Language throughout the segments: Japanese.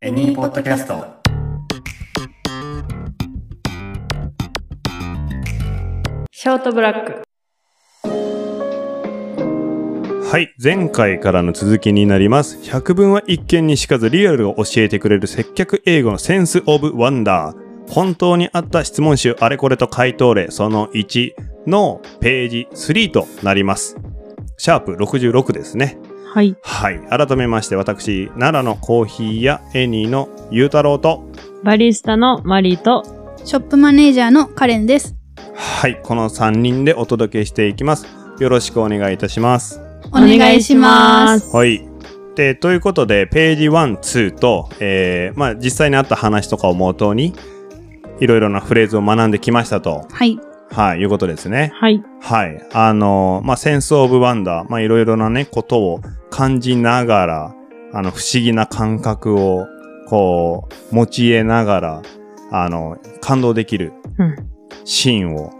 エニーポッドキャスト。ショートブラック。はい。前回からの続きになります。百聞は一見にしかずリアルを教えてくれる接客英語のセンスオブワンダー。本当にあった質問集あれこれと回答例その1のページ3となります。シャープ66ですね。はい。はい。改めまして私、奈良のコーヒーやエニーのゆうたろうと、バリスタのマリーと、ショップマネージャーのカレンです。はい。この3人でお届けしていきます。よろしくお願いいたします。お願いします。す。はい。で、ということで、ページ1、2と、えー、まあ、実際にあった話とかを元に、いろいろなフレーズを学んできましたと、はい。はい、いうことですね。はい。はい。あのーまあ、センスオブワンダー、まあ、いろいろなね、ことを感じながら、あの、不思議な感覚を、こう、持ち得ながら、あの、感動できるうんシーンを、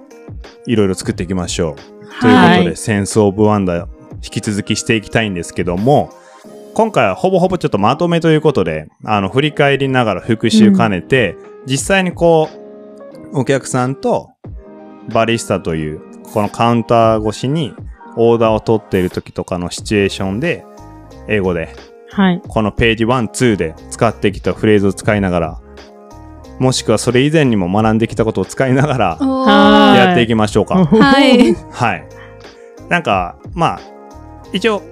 いろいろ作っていきましょう。というはこいとで、センスオブワンダー引き続きしていきたいんですけども、今回はほぼほぼちょっとまとめということで、あの、振り返りながら復習兼ねて、実際にこう、お客さんとバリスタという、このカウンター越しにオーダーを取っている時とかのシチュエーションで、英語で、はい。このページ1、2で使ってきたフレーズを使いながら、もしくはそれ以前にも学んできたことを使いながら、おはーやっていきましょうか。はい。はい。なんか、まあ、一応、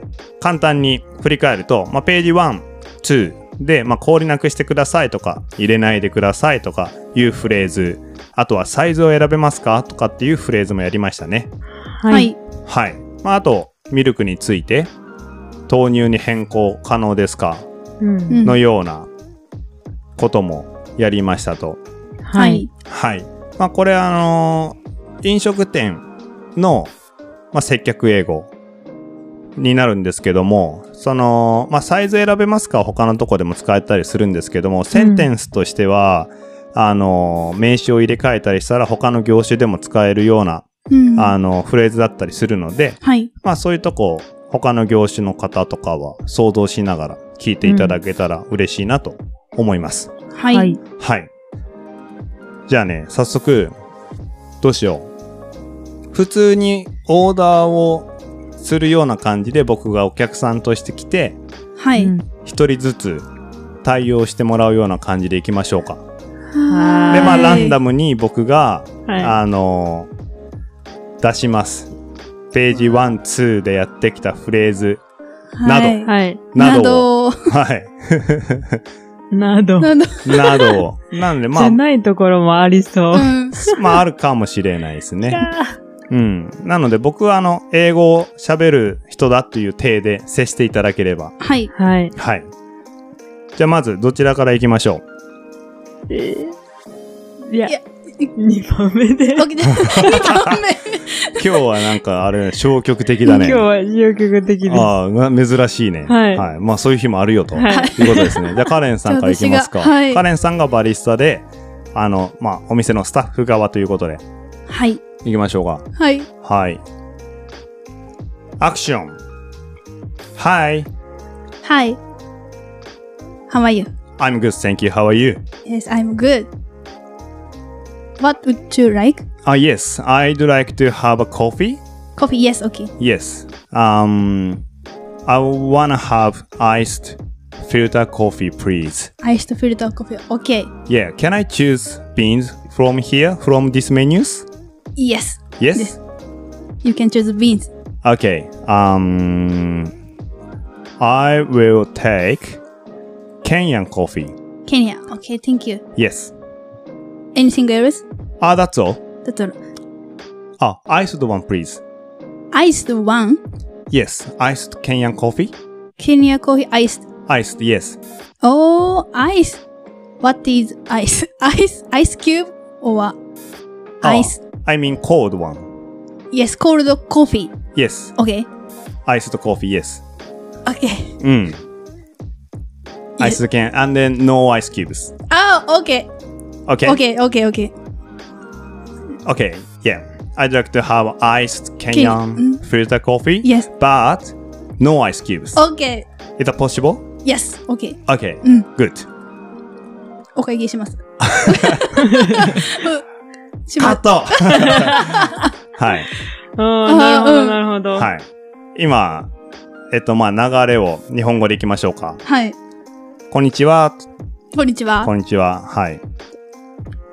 簡単に振り返ると、まあ、ページ1、2で、まあ、氷なくしてくださいとか、入れないでくださいとかいうフレーズ、あとはサイズを選べますかとかっていうフレーズもやりましたね。は。はいい。はい。まあ、あと、ミルクについて、豆乳に変更可能ですかううんんのようなこともやりましたと。ははいい。。はい。まあ、これあのー飲食店の、まあ、接客英語になるんですけども、その、まあ、サイズ選べますかは他のとこでも使えたりするんですけども、センテンスとしては、あのー名詞を入れ替えたりしたら他の業種でも使えるような、うんあのフレーズだったりするので、はい。まあそういうとこを他の業種の方とかは想像しながら聞いていただけたら嬉しいなと思います。はい。はい。はい。じゃあね、早速、どうしよう。普通にオーダーをするような感じで僕がお客さんとして来て、はい。うん一人ずつ対応してもらうような感じでいきましょうか。はいで、まあ、ランダムに僕が、はあのー出します。ページ1、2でやってきたフレーズムなどい。はい。ななどを、ど。はい、など。など。などを。なんで、じまあゃ、ないところもありそうう。ん。まあ、あるかもしれないですね。あうん。なので僕はあの、英語を喋る人だという体で接していただければ。はい。ーはい。はい。じゃあまずどちらから行きましょう。えーいやいや、 2番目で。起きて、ダメ。今日はなんかあれ、消極的だ今ね。日は消極的です。ああ、が珍しいね。はいまあそういう日もあるよと。い。はい。うことですね。じゃあカレンさんから行きますか。じゃあ私がはいカレンさんがバリスタで、あの、まあお店のスタッフ側ということで、はい。行きましょうか。はい。はい。アクション。Hi, はい。How are you? I'm good, thank you. How are you? Yes, I'm good. What would you like? Uh, yes, I'd like to have a coffee. Coffee? Yes, okay. Yes. Um, I wanna have iced filter coffee, please. Iced filter coffee. Okay. Yeah, can I choose beans from here, from this menus? Yes. Yes? You can choose beans. Okay. Um, I will take Kenyan coffee. Kenya. Okay, thank you. Yes. Anything else? Ah, that's all. That's all. Ah, iced one, please. Iced one. Yes, iced Kenyan coffee. Kenya coffee iced. Iced, yes. Oh, ice. What is ice? Ice, ice cube or Ah, ice? I mean cold one. Yes, cold coffee. Yes, Okay. iced coffee, yes. Okay. Mm. Ice can and then no ice cubes. Oh, okay. Okay. Okay, okay, okay. Okay. Yeah. I'd like to have iced Kenyan mm. filter coffee. Yes. But no ice cubes. Okay. Is that possible? Yes, okay. Okay. Mm. Good. お会計し ます。しカまッ トはい。ああ、なるほうど、んなるほど。はい。今、えっと、まあ、流れを日本語でいきましょうか。はい。こんにちは。こんにちはこ。んにちは。はい。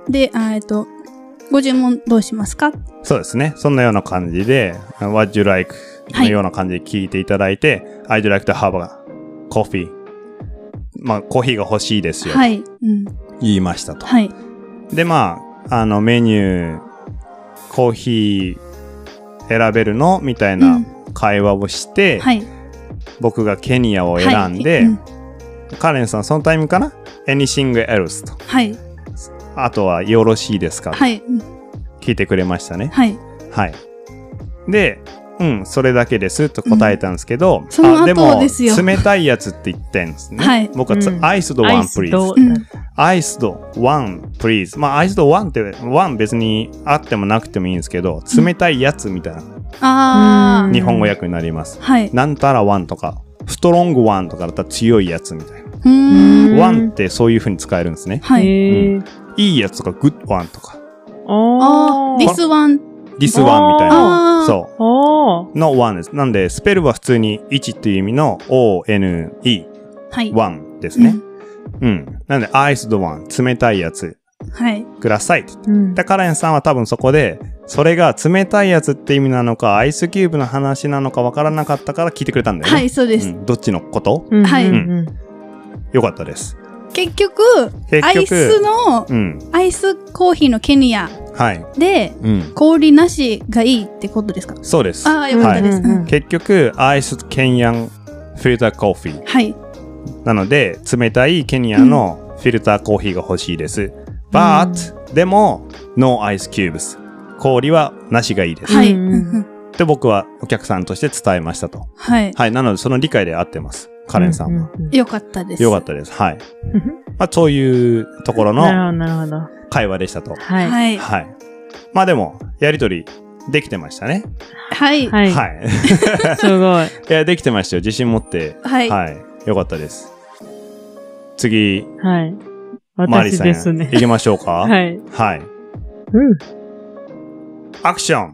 で、あえっと、ご注文どうしますかそうですね。そんなような感じで、What do you like? はいのような感じで聞いていただいて、I'd like to have a coffee. まあ、コーヒーが欲しいですよ。はい。うん。言いましたと。はい。で、まあ、あの、メニュー、コーヒー選べるのみたいうなん会話をして、はい。僕がケニアを選んで、はいうんカレンさん、そのタイミングかな ?anything else と。はい。あとは、よろしいですか、はい。うん聞いてくれましたね。はい。はい。で、うん、それだけですと答えたんですけど、その後あでもですよ冷たいやつって言ってんですね。はい僕はつ、うんアイスドワンプリーズ。うん。アイスドワンプリーズ。まあ、アイスドワンって、ワン別にあってもなくてもいいんですけど、冷たいやつみたいな、あうん日本語訳になります。あ。はい。なんたらワンとか、ストロングワンとかだったら強いやつみたいな。うーん。ワンってそういう風に使えるんですね。はい。へえ。いいやつとか、グッドワンとか、あああ、ー this one. ディスワンみたいな。ああ。そう。あー。の1です。なんで、スペルは普通に1っていう意味の one, はい。 1ですうんね。うん。なんで、アイスドワン、冷たいやつはい。くださいって言って。うんで、カレンさんは多分そこで、それが冷たいやつって意味なのか、アイスキューブの話なのかわからなかったから聞いてくれたんだよね。はい、そうです。うんどっちのことうんはいうんよかったです。結局、結局アイスの、うん。アイスコーヒーのケニアはい。で、うん。氷なしがいいってことですかそうです。ああ、よかったです。はいうん結局、アイスケニアンフィルターコーヒー。はい。なので、冷たいケニアのフィルターコーヒーが欲しいです。But、でも、No ice cubes。氷はなしがいいです。んはい。うんうんで、僕はお客さんとして伝えましたと。はい。はい。なので、その理解で合ってます。カレンさんは。。ううよかったです。よかったです。はい。うんまあ、そういうところなるほのど、なるほど。会話でしたと。はい。ははい。はい。まあでも、やりとりできてましたね。はい。い。はい。 すごい。いや、できてましたよ。自信持って。はい。はい。よかったです。次、はい。マリ私さんや、ですね 行。きましょうか。はい。うはい。ん。アクション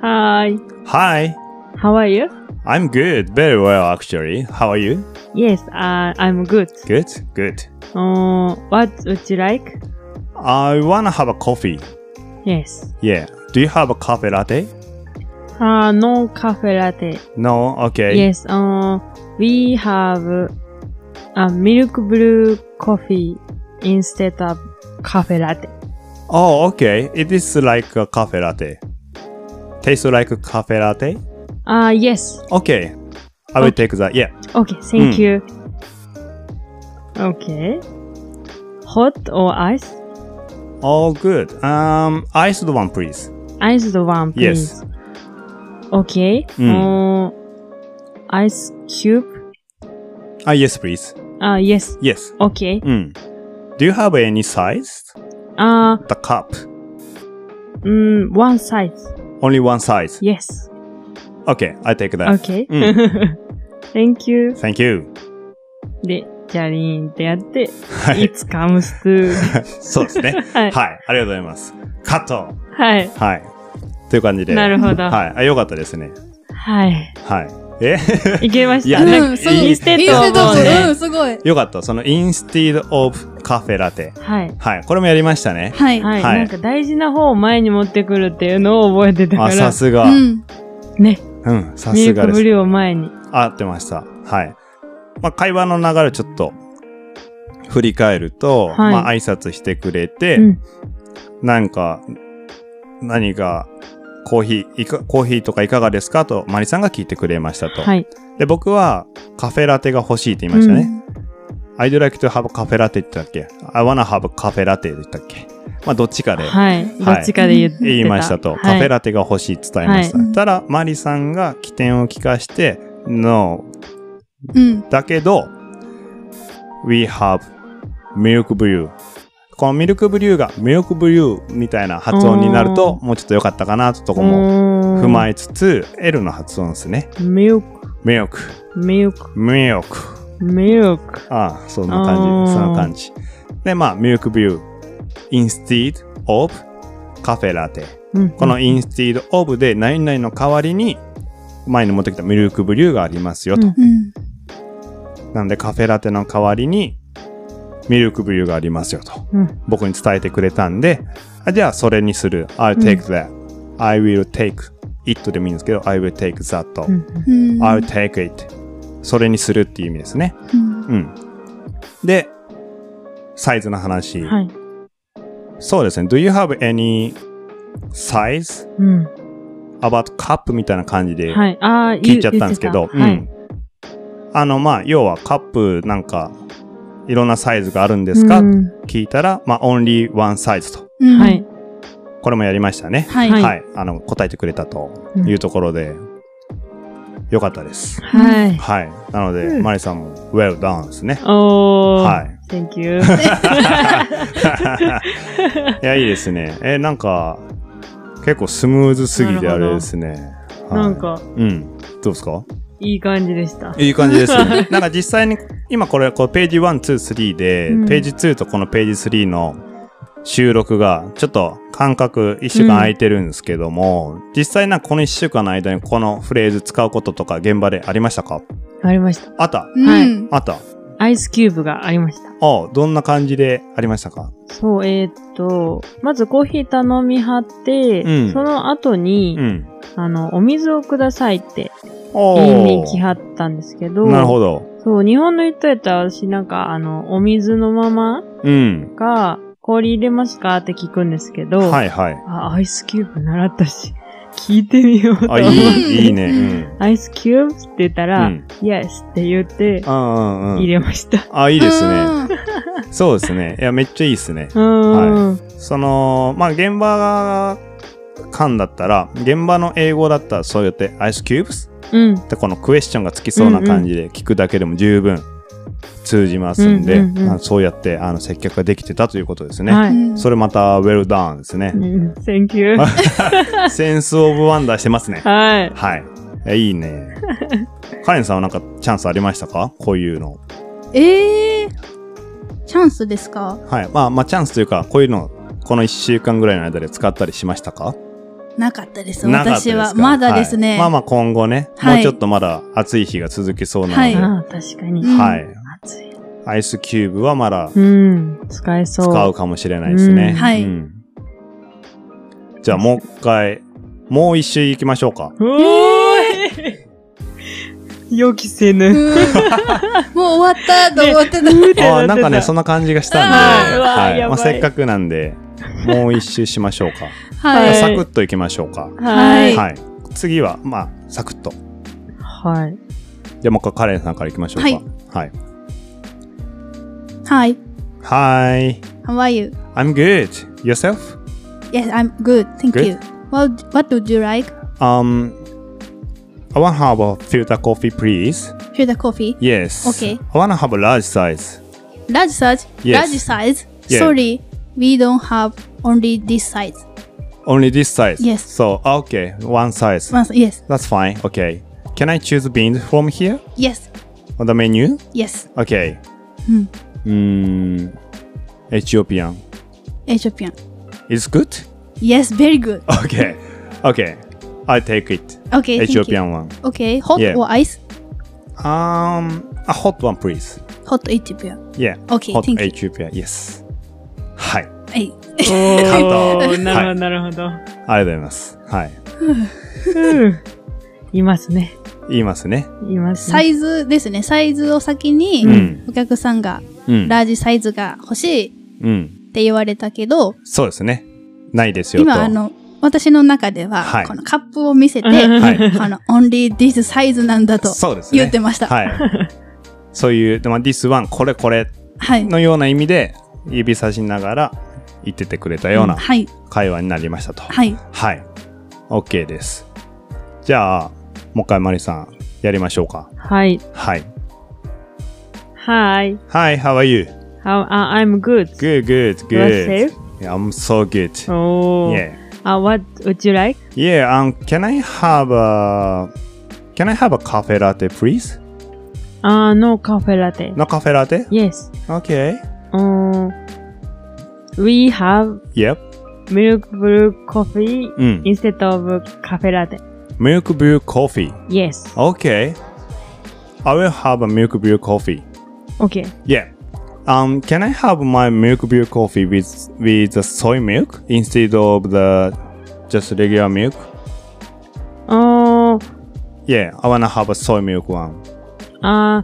はーい。 Hi, How are you? I'm good, very well actually. How are you? Yes, uh, I'm good. Good, good. Uh, what would you like? I wanna have a coffee. Yes. Yeah. Do you have a cafe latte? Uh, no cafe latte. No, okay. Yes, uh, we have a milk blue coffee instead of cafe latte. Oh, okay. It is like a cafe latte. Tastes like a cafe latte? Uh, yes. Okay. I will Okay. take that. Yeah. Okay, thank you. Okay. Hot or ice? All good. Um, iced one, please. Ice the one, please. Yes. Okay. Uh, ice cube? Ah, yes, please. Uh, yes. Yes. Okay. Mm. Do you have any size? Uh, The cup. mm, one size. Only one size. Yes. Okay, I take that. Okay. うん Thank you. Thank you. で、チャリーンってやって、はい。 It comes to. そう ですね。はい。はい、ありがとうございます。カットはい。はい。という感じで。なるほど。はい。あ、よかったですね。はい。はい。えいけまいしたやねね。うん、そう。インステッドインステッドもねうん、すごい。 よかった。その instead of カフェラテ。はい。はい。これもやりましたね。はい。はい。はいなんか大事な方を前に持ってくるっていうのを覚えてたあ、からさ。すが。うん。ね。うん、さミすルがクでブす。リューを前に。合ってました。はい。まあ、会話の流れをちょっと振り返ると、はいまあ、挨拶してくれて、うんなんか、何か、コーヒー、いか、コーヒーとかいかがですかと、マリさんが聞いてくれましたと。はい。で、僕はカフェラテが欲しいって言いましたね。I'd like to have a カフェラテって言ったっけ ?I wanna have a カフェラテって言ったっけまあ、どっちかではい。どっちかで言ってた。言いましたと、はいカフェラテが欲しいって伝えました。はいただ、マリさんが起点を聞かして、No. うん。だけど、We have milk blue. このミルクブリューがミルクブリューみたいな発音になると、もうちょっと良かったかなととこも踏まえ。えつつ、L の発音ですね。ミルク、ミルク、ミルク、ミルク。ミルク。ああ、そんな感あーじ。そんな感じ。で、まあ、ミルクビュー instead of カフェラテ。うん。この instead of で何々の代わりに、前に持ってきたミルクブリューがありますよと。うんうん。なんでカフェラテの代わりに、ミルクブリューがありますよと。うん僕に伝えてくれたんで、あじゃあそれにする。I'll うん take that.、I will take it でもいいんですけど、I will take that.、うんうん。 I'll take it. それにするっていう意味ですね。うんうん。で、サイズの話。うんはい。そうですね。Do you have any size うん。 about cup みたいな感じではい。ああ、聞いちゃったんですけど、言ってうん。あの、まあ、要はカップなんか、いろんなサイズがあるんですたか、はい聞いたら、まあ、only one size と。うんはい。これもやりましたね。はい。ははいい。あの、答えてくれたというところで、よかったです。はい。はい。なので、うんマリさんも、well done ですね。おー。はい。 Thank you. いや、いいですね。え、なんか、結構スムーズすぎてなあるほどれですね。はい なん。か、うん。どうですかいい感じでした。いい感じですよ ね。なんか実際に、今これ、こうページ1、2、3で、うんページ2とこのページ3の収録が、ちょっと間隔1週間空いてるんですけども、実際なんかこの1週間の間にこのフレーズ使うこととか現場でありましたかありました。あったうん。あったあアイスキューブがありました。あどんな感じでありましたかそう、えーっと、まずコーヒー頼みはって、うんその後うに、ん。あの、お水をくださいってお言いに来はったんですけど、なるほど。そう、日本の人やったら私なんか、あの、お水のままうん。か、氷入れますかって聞くんですけど、はいはい。あ、アイスキューブ習ったし、聞いてみようと あ、思いって。い、いいね。うん。アイスキューブって言ったうら、ん。 Yes って言って、うんうん入うん。れました。あ、いいいですね。。そうですね。いや、めっちゃいいですね。うーん。その、まあ、現場間だったら、現場の英語だったらそうやって、アイスキューブスうん。ってこのクエスチョンがつきそうな感じで聞くだけでも十分通じますんで、うんうんうんあのそうやってあの接客ができてたということですね。はい。それまた、ウェルダウンですねう。ん Thank you. あセンスオブワンダーしてますね。はい。はい。えいいね。カレンさんはなんかチャンスありましたかこういうの。ええー。チャンスですかはい。まあ、まあ、チャンスというか、こういうの、この1週間ぐらいの間で使ったりしましたかなかったです。なかった私ですかは。まだですはね。いまあまあ今後ね、はいもうちょっとまだ暑い日が続きそうなはのいで、ああ、確かに。うんはい。暑い。アイスキューブはまだうん。使えそう。使うかもしれないですね。うんはいんじゃあもう一回、もう一周行きましょうか。おー い予期せうぬ。ん もう終わったと思ってた。うーってあっーてたなんかね、そんな感じがしたんで、あーうわーはいやばまいあ、せっかくなんで、もう一周しましょうか。ははいい。サクッと行きましょうか。は。はいいはい。次は、まあ、サクッと。はい。じゃあもう一回カレンさんから行きましょうか。はい。はい。 Hi, How are you? I'm good. Yourself? Yes, I'm good. Thank Good. you. What What would you like? Um, I want to have a filter coffee, please. Filter coffee. Yes. Okay. I want to have a large size. Large size. Yes. Large size. Yeah. Sorry, we don't have only this size. Only this size. Yes. So okay, one size. Once. Yes. That's fine. Okay. Can I choose beans from here Yes. on the menu? Yes. Okay. Hmm. Ethiopian. Ethiopian. It's good. Yes. Very good. Okay. Okay. I take it. Okay. thank you. Ethiopian one. Okay. Hot Yeah. or ice? Um, a hot one, please. Hot Ethiopia. Yeah. Okay, Hot thank you. Ethiopia. Yes. はい。 Hey. 簡単おー、なるほど、なるほど。ありがとうございます。はい。うんいますね。言いますね。いますサね。イズですね。サイズを先うに、ん。お客さんがうん。ラージサイズが欲しいっうん。て言われたけど、そうですね。ないですよと。今あの、私の中では、はいこのカップを見せて、はい。 あの、only this サイズなんだとそうですね。言ってました。はい。そういう、でまあ、this one これこれはい。のような意味で指差しながら言っててくれたようなはい。会話になりましたと。はい。はい。OK です。じゃあ、もう一回マリさんやりましょうか。はい。はい。 Hi. Hi, how are you? How- uh, I'm good. Good, good, good. Yourself? Yeah, I'm so good. Oh. Yeah. Uh, what would you like? Yeah, um, can I have a, can I have a cafe latte, please? Uh, no cafe latte. No cafe latte? Yes. Okay. Um, we have Yep. milk brew coffee うん。 instead of cafe latte. Milk brew coffee. Yes. Okay. I will have a milk brew coffee. Okay. Yeah. Um, can I have my milk brew coffee with with the soy milk instead of the just regular milk? Uh, Yeah, I wanna have a soy milk one. uh,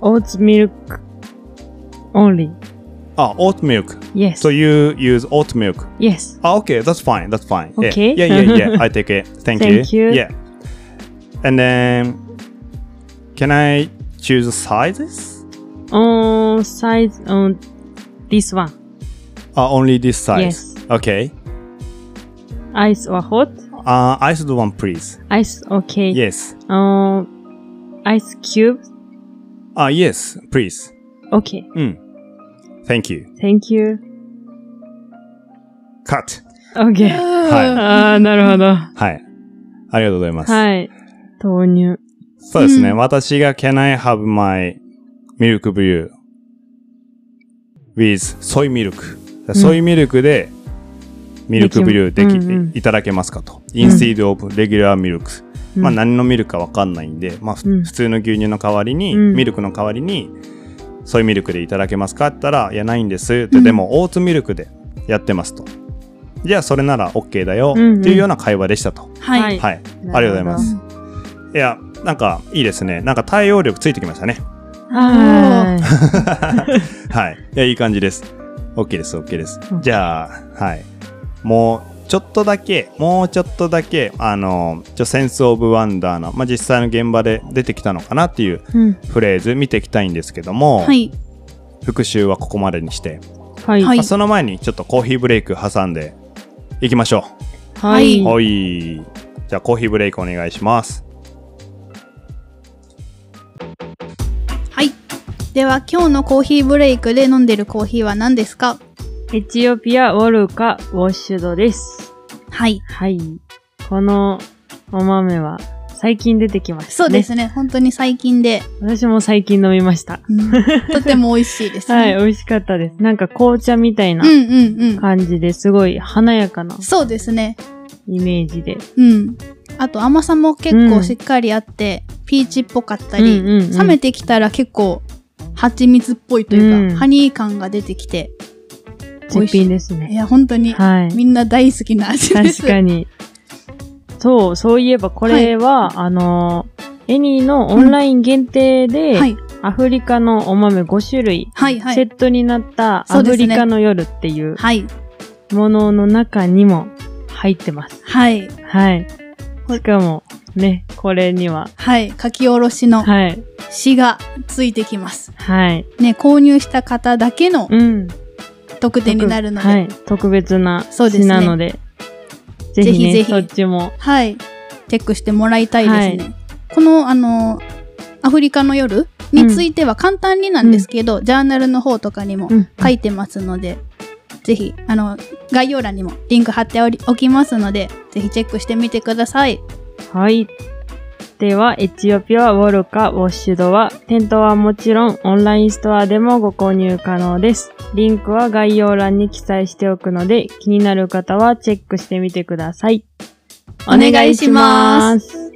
oats milk only. Ah, oat milk. Yes. So you use oat milk. yes. Ah, okay, that's fine. That's fine. Yeah. Okay. Yeah, yeah, yeah. I take it. Thank, you. Thank you. Yeah. And then, can I choose sizes? Uh, size on this one. Uh, only this size. Yes. Okay. Ice or hot? Uh, iced one, please. Ice. Okay. Yes. Uh, ice cubes. Ah, yes, please. Okay. Thank you. Thank you. Cut. Okay. はい。ああ、なるほど。はい。ありがとうございます。はい。豆乳。そうですね。うん私が Can I have my milk brew with soy milk? ソイミルクでミルクブリューでき、うんうんいただけますかと。Instead of regular milk、うんまあ何のミルクかわかんないんで、まあ、ふうん普通の牛乳の代わりに、うんミルクの代わりにソイミルクでいただけますかって言ったら、いやないんです。でうんでもオーツミルクでやってますと。じゃあそれなら OK だよ、うんうんっていうような会話でしたと。ははいい。はい。ありがとうございます。いや、なんかいいですね。なんか対応力ついてきましたね。ははい。いや、いい感じです。OK です、OK ですう。んじゃあ、はい。もう、ちょっとだけ、もうちょっとだけ、あの、ちょセンスオブワンダーの、まあ、実際の現場で出てきたのかなっていうい。うん。フレーズ見ていきたいんですけども、はい。復習はここまでにして、はい。はいまあその前にちょっとコーヒーブレイク挟んでいきましょはう。い。はい。じゃあ、コーヒーブレイクお願いします。はい。では、今日のコーヒーブレイクで飲んでるコーヒーは何ですかエチオピアウォルカウォッシュドです。はい。はい。このお豆は最近出てきました、ね。そうですね。本当に最近で、私も最近飲みました。うんとても美味しいです、はい、ね。美味しかったです。なんか紅茶みたいなうんうんう。感じですごい華やかなんそうですね。イメージで。うん。あと甘さも結構しっかりあって、ピーチっぽかったり、うんうんうん冷めてきたら結構蜂蜜っぽいというか、うんハニー感が出てきて、美絶味しい品ですいね。や、本当に、はい。みんな大好きな味です。確かに。そう、そういえばこれは、あの、エニーのオンライン限定で、はい。アフリカのお豆5種類、はい、はセい。ットになったそアうでフすねリカの夜っていうはい。ものの中にも入ってます。はい。はい。これしかも、ね、これには、はい。書き下ろしのはい、詩がついてきます。はい、ね、購入した方だけのうん。特典になるので、はい、特別なそうですね詩なので、ぜひね、ぜひぜひそっちも、はい。チェックしてもらいたいですね。この、あの、アフリカの夜については簡単になんですけど、ジャーナルの方とかにもうん書いてますので、ぜひ、あの、概要欄にもリンク貼っておりおきますので、ぜひチェックしてみてください。はい。では、エチオピアウォルカウォッシュドは、店頭はもちろん、オンラインストアでもご購入可能です。リンクは概要欄に記載しておくので、気になる方はチェックしてみてください。。お願いします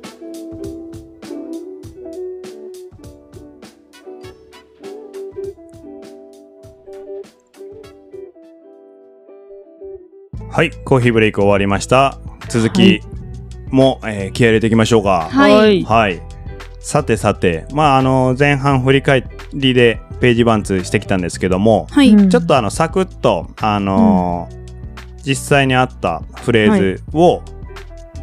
はい、コーヒーブレイク終わりました。続きも、えー気合い入れていきましょうか。はいはい。はい。さてさて、まあ、あの、前半振り返りでページバンツしてきたんですけども、はい。うんちょっとあの、サクッと、あのー実際にあったフレーズを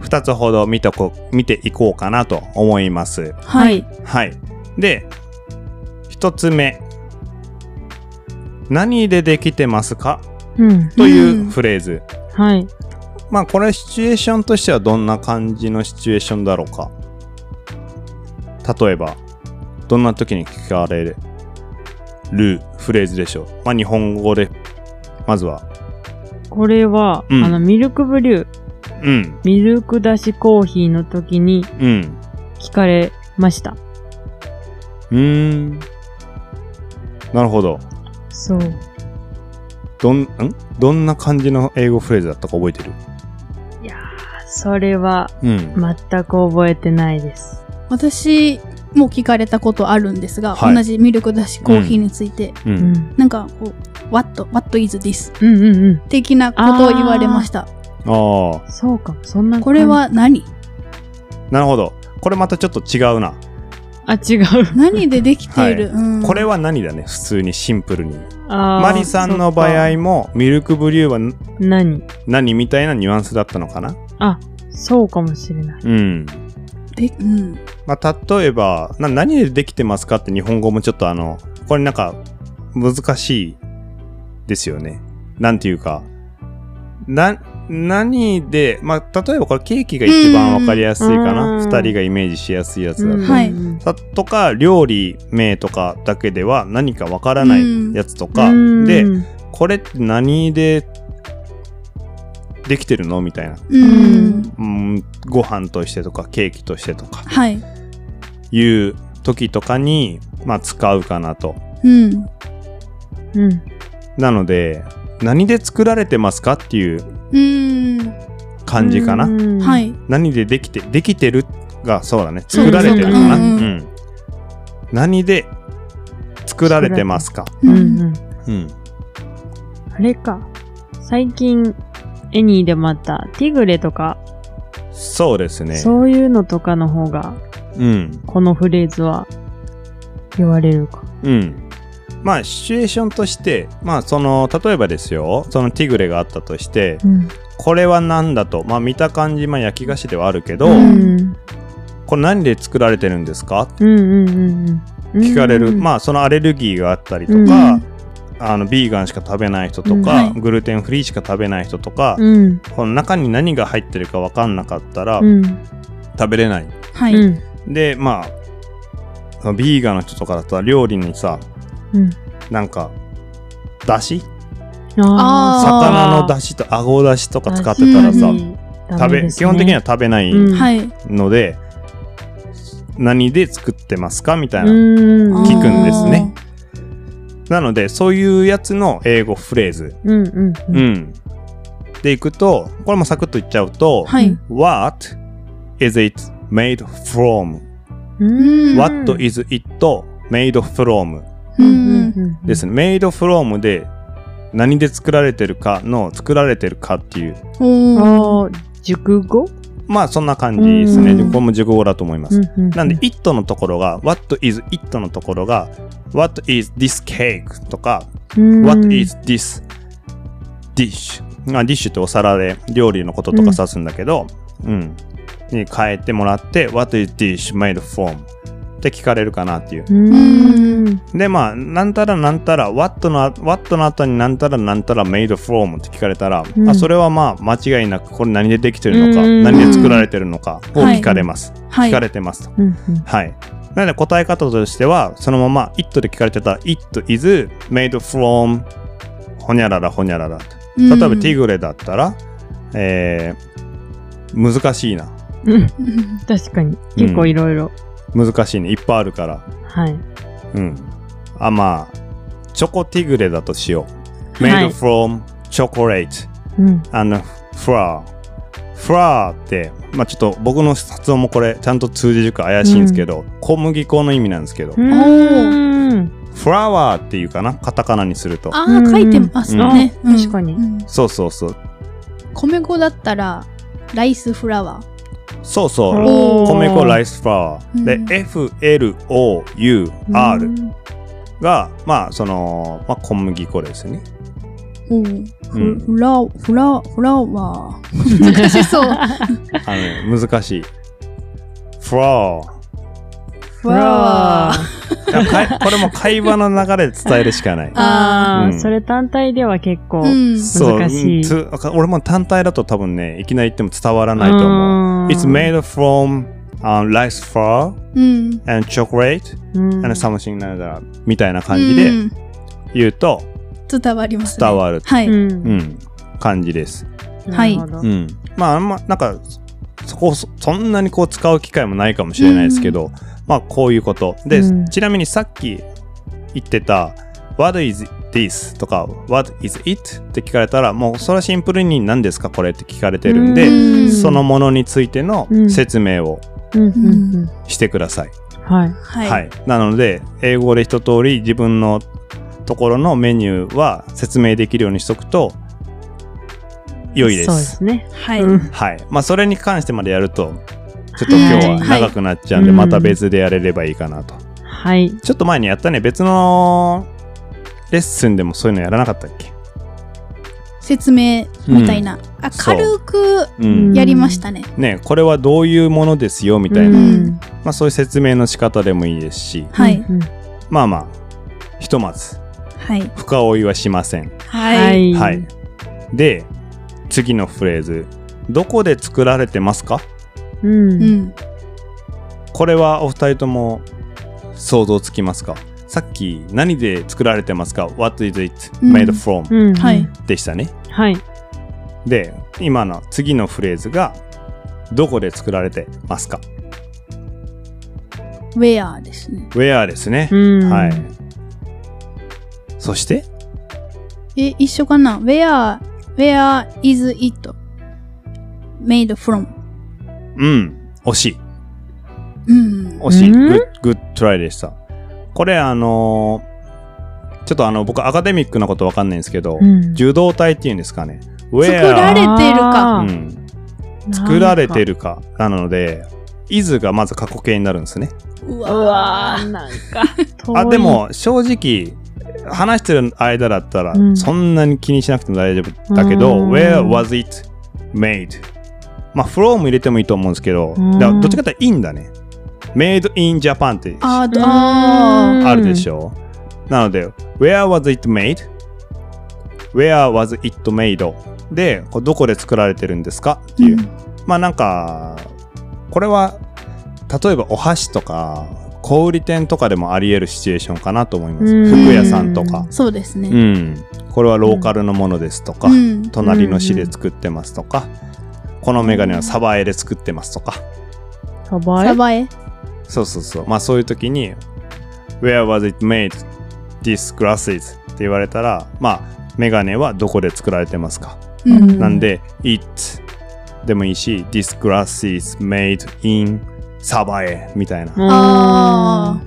2つほど見てこ、見ていこうかなと思います。はい。。はい。で、1つ目。何でできてますかうん。というフレーズ。はい。まあ、これシチュエーションとしてはどんな感じのシチュエーションだろうか。例えば、どんな時に聞かれるフレーズでしょう。まあ、日本語で、まずは。これは、うんあの、ミルクブリュー、うん、ミルクだしコーヒーの時にうん。聞かれました。うーん。なるほど。そう。どん、んどんな感じの英語フレーズだったか覚えてるいやーそれはうん。全く覚えてないです。私も聞かれたことあるんですが、はい同じミルクだしコーヒーについて、う。うんん。なんかこう「What, What is this? うんうんうん」。的なことを言われましたああ、そうかも。そんな感じこれ。は何なるほど。これまたちょっと違うな。あ、違う。何でできている、うんこれは何だね、普通にシンプルに。あーマリさんの場合も、ミルクブリューはそっか何何みたいなニュアンスだったのかなそうかもしれない。うん。でうんまあ、例えばな、何でできてますかって日本語もちょっとあの、これなんか難しいですよね。なんていうか、な、何で、まあ、例えばこれケーキが一番わかりやすいかうんな。うん二人がイメージしやすいやつだと。うんはいうんさとか、料理名とかだけでは何かわからないやつとか、うんで、これって何でできてるのみたいな。うんうん、ご飯としてとか、ケーキとしてとか。はいいう時とかに、まあ、使うかなと。うんうん。なので、何で作られてますかっていううん感じかな。うんは。い何でできて、できてるが、そうだね。そう作られてるかな。そううかうんうんん。何で作られてますか。ううんんうん。うん。あれか。最近、エニーでもあった、ティグレとか、そうですね。そういうのとかの方が、うん。このフレーズは言われるか。うん。まあ、シチュエーションとして、まあ、その、例えばですよ、そのティグレがあったとして、うん。これは何だと、まあ、見た感じ、まあ、焼き菓子ではあるけど、うんこれ何で作られてるんですかうんうんうんうん。聞かれる、あ、まあそのアレルギーがあったりとうんか、あのビーガンしか食べない人とか、うんはいグルテンフリーしか食べない人とか、うん。この中に何が入ってるか分かんなかったらうん。食べれない、はい、うんでまあそのビーガンの人とかだったら料理にさうん。なんかだしあー魚のだしとあごだしとか使ってたらさ、う食べ基本的にはは食べないうんはいので、何で作ってますかみたいな、聞聞くんですねなのでそういうやつの英語フレーズうんうんう。ん。でいくと、これもサクッといっちゃうと、はい What is it made from?What うんうん is it made from? ううんんうんですね。made from で何で作られてるかの作られてるかっていう、おーあー熟語まあそんな感じですね。うんでこれも熟語だと思います。なんでう、 it のところが、what is it のところが、what is this cake? とか、うん What is this dish? まあ、ディッシュってお皿で料理のこととか指すんだけど、うん。に変えてもらって、What is dish made from? って聞かれるかなっていう。うんで、まあ、なんたらなんたら、What の、What の後になんたらなんたら made from って聞かれたら、うんあそれはまあ、間違いなく、これ何でできてるのか、うん何で作られてるのかを聞かれます。はい聞かれてますと。うんはい。なので答え方としては、そのまま it で聞かれてたら it is made from ほにゃららほにゃらら。例例えばティグレだったら、えー、難しいな。うんうん確かに結構いろいろ難しいね。いっぱいあるから。はいうん。あ、まあ、チョコティグレだとしよう。はい made from chocolate うんあの、フラー。フラーって、まあちょっと僕の発音もこれちゃんと通じるか怪しいんですけど、小麦粉の意味なんですけど、うんフラワーっていうかなカタカナにすると。あうんあ書いてますね、うん確かにうんそうそうそう。米粉だったらライスフラワーそうそう。おー米粉ライスフラワー。で、うん FLOUR うんが、まあ、その、まあ、小麦粉ですね。おうーんフラフラフラワー難しそうあのね、難しい。フラー。フラワーいやかいこれも会話の流れで伝えるしかない。ああ、うんそれ単体では結構うんそう。難しいうんつ俺も単体だと多分ね、いきなり言っても伝わらないと思う。It's made from、um, rice flour うん、 and chocolate うん、and something like that みたいな感じでうん言うと伝わります、ね、伝わるはいううんん、感じです。はいなるほうどん。まあ、あんま、なんか、そこ、そそんなにこう使う機会もないかもしれないですけど、まあ、こういうこと。で、うんちなみにさっき言ってた、What is this? とか What is it? って聞かれたらもうそれはシンプルに何ですかこれって聞かれてるんでうんそのものについてのうん説明をうんうんうんしてください。はい。はい。はい、なので英語で一通り自分のところのメニューは説明できるようにしとくと良いです。そうですね。はい。うんはい。まあそれに関してまでやるとちょっと今日は長くなっちゃうんで、うんまた別でやれればいいかなと。はい。ちょっと前にやったね別のレッスンでもそういうのやらなかったっけ説明みたいな。あ、そう軽くうんやりましたね。ねこれはどういうものですよみたいな、うんまあそういう説明の仕方でもいいですしは。うい。んまあまあひとまずはい。深追いはしませんは。い。はい。で、次のフレーズ。どこで作られてますかう。うんん。これはお二人とも想像つきますかさっき何で作られてますか ?What is it うん made from?、うん。はい。でしたね。はい。で、今の次のフレーズが、どこで作られてますかウェアですね。 ?Where ですね。うん。はい。そして、え、一緒かな ?where, where is it made from? うん、惜しい。うん。惜しい。うんグッ、グットライでした。これあのーちょっとあの、僕アカデミックなことわかんないんですけど、うん受動体っていうんですかね。ウ作ェられアてるか。あうーん、作られてる。るか。なので、is がまず過去形になるんですね。ううわわー、なんか。遠い あ、で、も正直、話してる間だったらう、んそんなに気にしなくても大丈夫だけど、うん where was it made? まあ、from 入れてもいいと思うんですけど、うんだからどっちかっていいんだね。made in Japan ってあーうんああるでしょう。なので、Where was it made? Where was it made? で、こうどこで作られてるんですかっていう。まあなんか、これは、例えばお箸とか、小売店とかでもあり得るシチュエーションかなと思います。うん服屋さんとかー。そうですうね。ん。これはローカルのものですとか、うん。隣の市で作ってますとか、このメガネはサバエで作ってますとか。サバサエ。バエ。そうそうそう。まあそういう時に、Where was it made? These glasses って言われたら、まあ、メガネはどこで作られてますか、うん。なんで、It でもいいし、This glass is made in サバエみたいなあ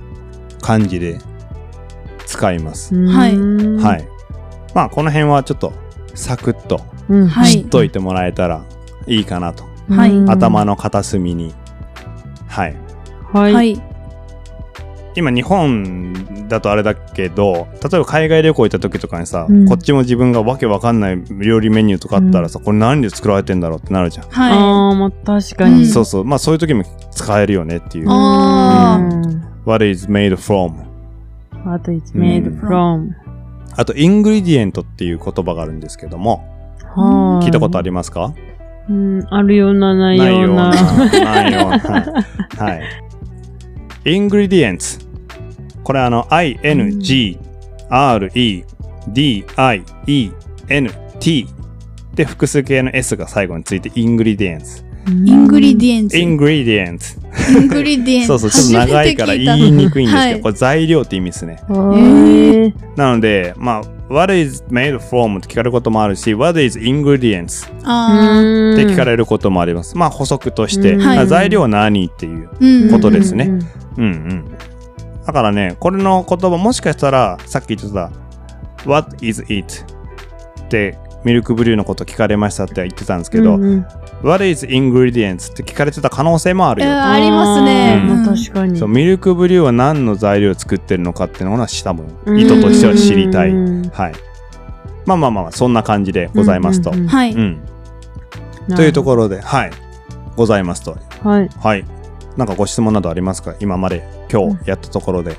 感じで使います。はいはいい。まあこの辺はちょっとサクッとうんはい知っといてもらえたらいいかなと。はいうん頭の片隅に。はい。あ。は。はいい。今日本だとあれだけど例えば海外旅行行った時とかにさ、うんこっちも自分がわけわかんない料理メニューとかあったらさ、これ何で作られてんだろうってなるじゃん、はああ、まあ確かに。うんそうそうまあそういう時も使えるよねっていううんあ「What is made from What is made from?」あと「イングリディエント」っていう言葉があるんですけどもは聞いたことあるりますかうん、あるような、ないないよよううなな。ないようなはいイングリディエンツこれあの INGREDIENT で複数形の S が最後についてイングリディエンツい。イングリディエンツ。イイングリディエンツングリディエンツ。そうそうちょっと長いから初めて聞言いにくいんですけはどいこれ材料って意味ですねへえ。なのでまあ What is made from って聞かれることもあるし What is ingredients たあって聞かれれることもありますまあ補足としてうんはいまあ材料は何っていうーうん。ことですね。うんうん。だからね、これの言葉もしかしたら、さっき言ってた、What is it? って、ミルクブリューのこと聞かれましたって言ってたんですけど、うんうん、 What is ingredients? って聞かれてた可能性もあるえよ。ーありますねあーうんまあ確かに。そうミルクブリューは何の材料を作ってるのかっていうのは多分意図としては知りたい。うんはい。まあまあまあ、そんな感じでございますと。ううんうんうんはい。んというところで、はい。ございますと。はい。はい。なんかご質問などありますか今まで今日やったところで。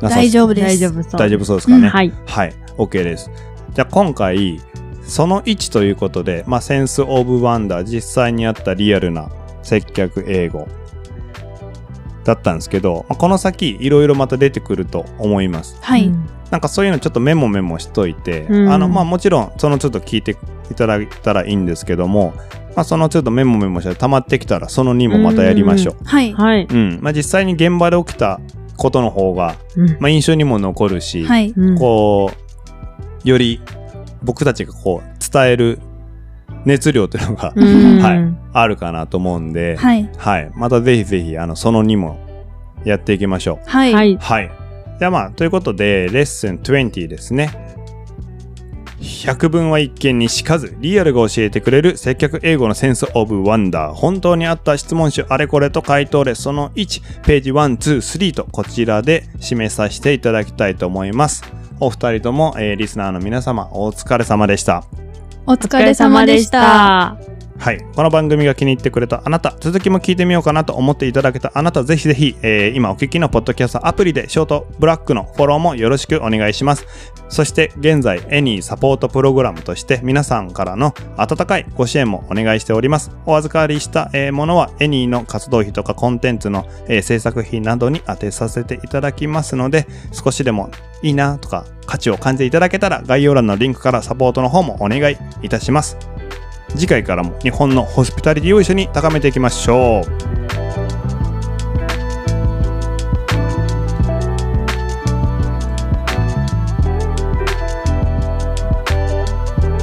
なさ大丈夫です。大丈夫そう。大丈夫そうですかね。うんはい、はい。 OK です。じゃあ今回、その1ということで、まあ、センス・オブ・ワンダー、実際にあったリアルな接客英語だったんですけど、まあこの先、いろいろまた出てくると思います。はうい。んなんかそういうのちょっとメモメモしといて、うんあの、まあもちろん、そのちょっと聞いていただいたらいいんですけども、まあそのちょっとメモメモして溜まってきたら、その2もまたやりましょう。はい。はい。うん。まあ実際に現場で起きたことの方が、うんまあ印象にも残るし、はい。うんこより僕たちがこう伝える熱量というのが、うんはい、あるかなと思うんで、はい。はい。またぜひぜひ、あの、その2もやっていきましょは。はいい。う。はい。じゃあまあ、ということで、レッスン20ですね。百聞は一見にしかず、リアルが教えてくれる接客英語のセンスオブワンダー。本当にあった質問集あれこれと回答例その1、ページ1、2、3とこちらで締めさせていただきたいと思います。お二人とも、えーリスナーの皆様、お疲れ様でした。お疲れ様でした。お疲れ様でしはい。この番組が気に入ってくれたあなた、続きも聞いてみようかなと思っていただけたあなた、ぜひぜひ、えー今お聞きのポッドキャストアプリで、ショートブラックのフォローもよろしくお願いします。そして、現在、エニーサポートプログラムとして、皆さんからの温かいご支援もお願いしております。お預かりした、えーものは、エニーの活動費とかコンテンツの、えー制作費などに当てさせていただきますので、少しでもいいなとか、価値を感じていただけたら、概要欄のリンクからサポートの方もお願いいたします。次回からも日本のホスピタリティを一緒に高めていきましょう。た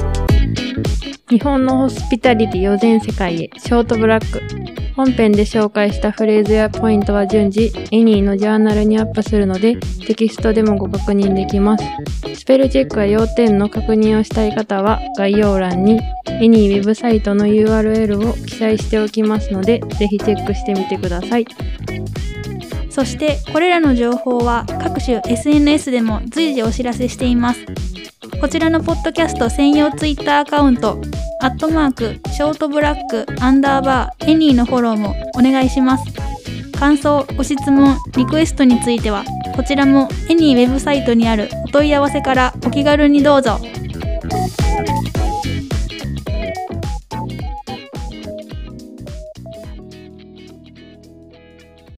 日本のホスピタリティを全世界へ、ショートブラック。本編で紹介したフレーズやポイントは順次、エニーのジャーナルにアップするので、テキストでもご確認できます。スペルチェックや要点の確認をしたい方は、概要欄にエニーウェブサイトの URL を記載しておきますので、ぜひチェックしてみてください。そしてこれらの情報は各種 SNS でも随時お知らせしていますこちらのポッドキャスト専用ツイッターアカウントアットマークショートブラックアンダーバーエニーのフォローもお願いします感想ご質問リクエストについてはこちらもエニーウェブサイトにあるお問い合わせからお気軽にどうぞ